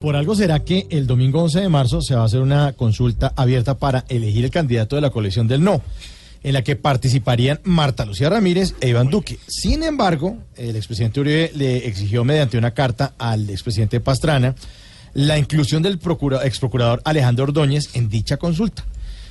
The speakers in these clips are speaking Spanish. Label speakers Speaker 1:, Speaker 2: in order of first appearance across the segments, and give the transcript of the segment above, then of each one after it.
Speaker 1: Por algo será que el domingo 11 de marzo se va a hacer una consulta abierta para elegir el candidato de la coalición del no, en la que participarían Marta Lucía Ramírez e Iván Duque. Sin embargo, el expresidente Uribe le exigió mediante una carta al expresidente Pastrana la inclusión del procura- exprocurador Alejandro Ordóñez en dicha consulta.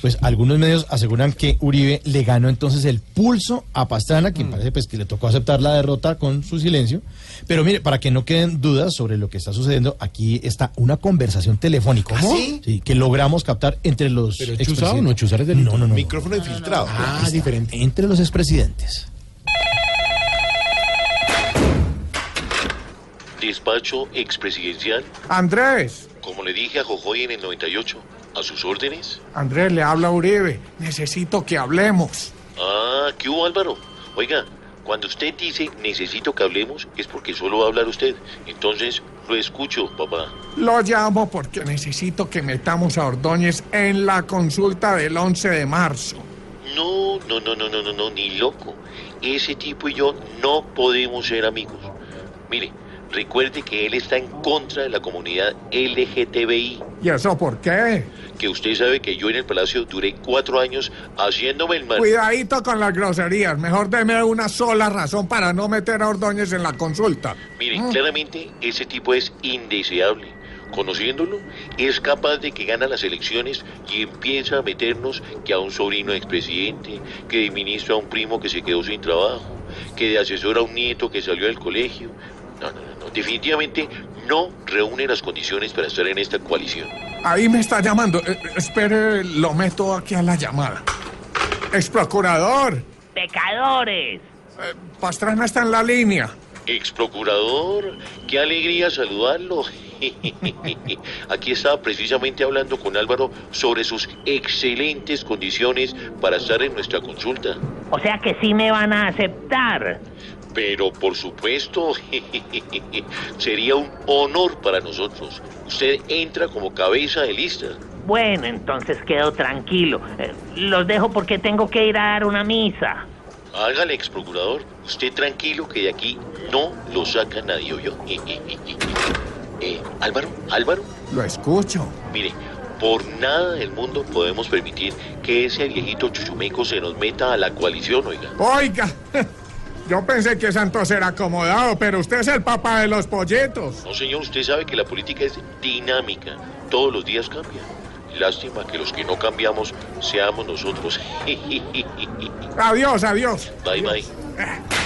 Speaker 1: Pues algunos medios aseguran que Uribe le ganó entonces el pulso a Pastrana,
Speaker 2: Mm.
Speaker 1: quien parece pues que le tocó aceptar la derrota con su silencio. Pero mire, para que no queden dudas sobre lo que está sucediendo, aquí está una conversación telefónica.
Speaker 2: ¿Ah, sí?
Speaker 1: Sí, que logramos captar entre los
Speaker 2: ¿Pero chuzado o no?
Speaker 1: expresidentes.
Speaker 2: ¿Chuzar es delito? Ah,
Speaker 1: No, no, no.
Speaker 2: Micrófono infiltrado.
Speaker 1: Aquí está, Entre los expresidentes.
Speaker 3: Despacho expresidencial,
Speaker 4: Andrés,
Speaker 3: como le dije a Jojoy en el 98, a sus órdenes.
Speaker 4: Andrés, le habla Uribe. Necesito que hablemos.
Speaker 3: Ah, ¿qué hubo Álvaro? Oiga, cuando usted dice necesito que hablemos es porque solo va a hablar usted. Entonces, lo escucho, papá.
Speaker 4: Lo llamo porque necesito que metamos a Ordóñez en la consulta del 11 de marzo.
Speaker 3: No, no, no, no, no, no, no, ni loco. Ese tipo y yo no podemos ser amigos. Mire, recuerde que él está en contra de la comunidad LGTBI.
Speaker 4: ¿Y eso por qué?
Speaker 3: Que usted sabe que yo en el palacio duré cuatro años haciéndome el mal.
Speaker 4: Cuidadito con las groserías. Mejor deme una sola razón para no meter a Ordóñez en la consulta.
Speaker 3: Mire, claramente ese tipo es indeseable. Conociéndolo, es capaz de que gana las elecciones y empieza a meternos que a un sobrino expresidente, que de ministro a un primo que se quedó sin trabajo, que de asesor a un nieto que salió del colegio. No, no, no, no. definitivamente no reúne las condiciones para estar en esta coalición.
Speaker 4: Ahí me está llamando. Eh, eh, espere, lo meto aquí a la llamada. Ex procurador, Eh,
Speaker 5: pecadores.
Speaker 4: Pastrana está en la línea.
Speaker 3: Ex procurador, qué alegría saludarlo. Aquí estaba precisamente hablando con Álvaro sobre sus excelentes condiciones para estar en nuestra consulta.
Speaker 5: O sea que sí me van a aceptar.
Speaker 3: Pero por supuesto, sería un honor para nosotros. Usted entra como cabeza de lista.
Speaker 5: Bueno, entonces quedo tranquilo. Eh, los dejo porque tengo que ir a dar una misa.
Speaker 3: Hágale, ex procurador. Usted tranquilo que de aquí no lo saca nadie, eh, yo. eh, Álvaro, Álvaro,
Speaker 4: Lo escucho.
Speaker 3: mire, por nada del mundo podemos permitir que ese viejito chuchumeco se nos meta a la coalición, oiga.
Speaker 4: Oiga, yo pensé que Santos era acomodado, pero usted es el papá de los pollitos.
Speaker 3: No, señor, usted sabe que la política es dinámica. Todos los días cambia. Lástima que los que no cambiamos seamos nosotros.
Speaker 4: Adiós, adiós.
Speaker 3: Bye bye.
Speaker 4: Eh.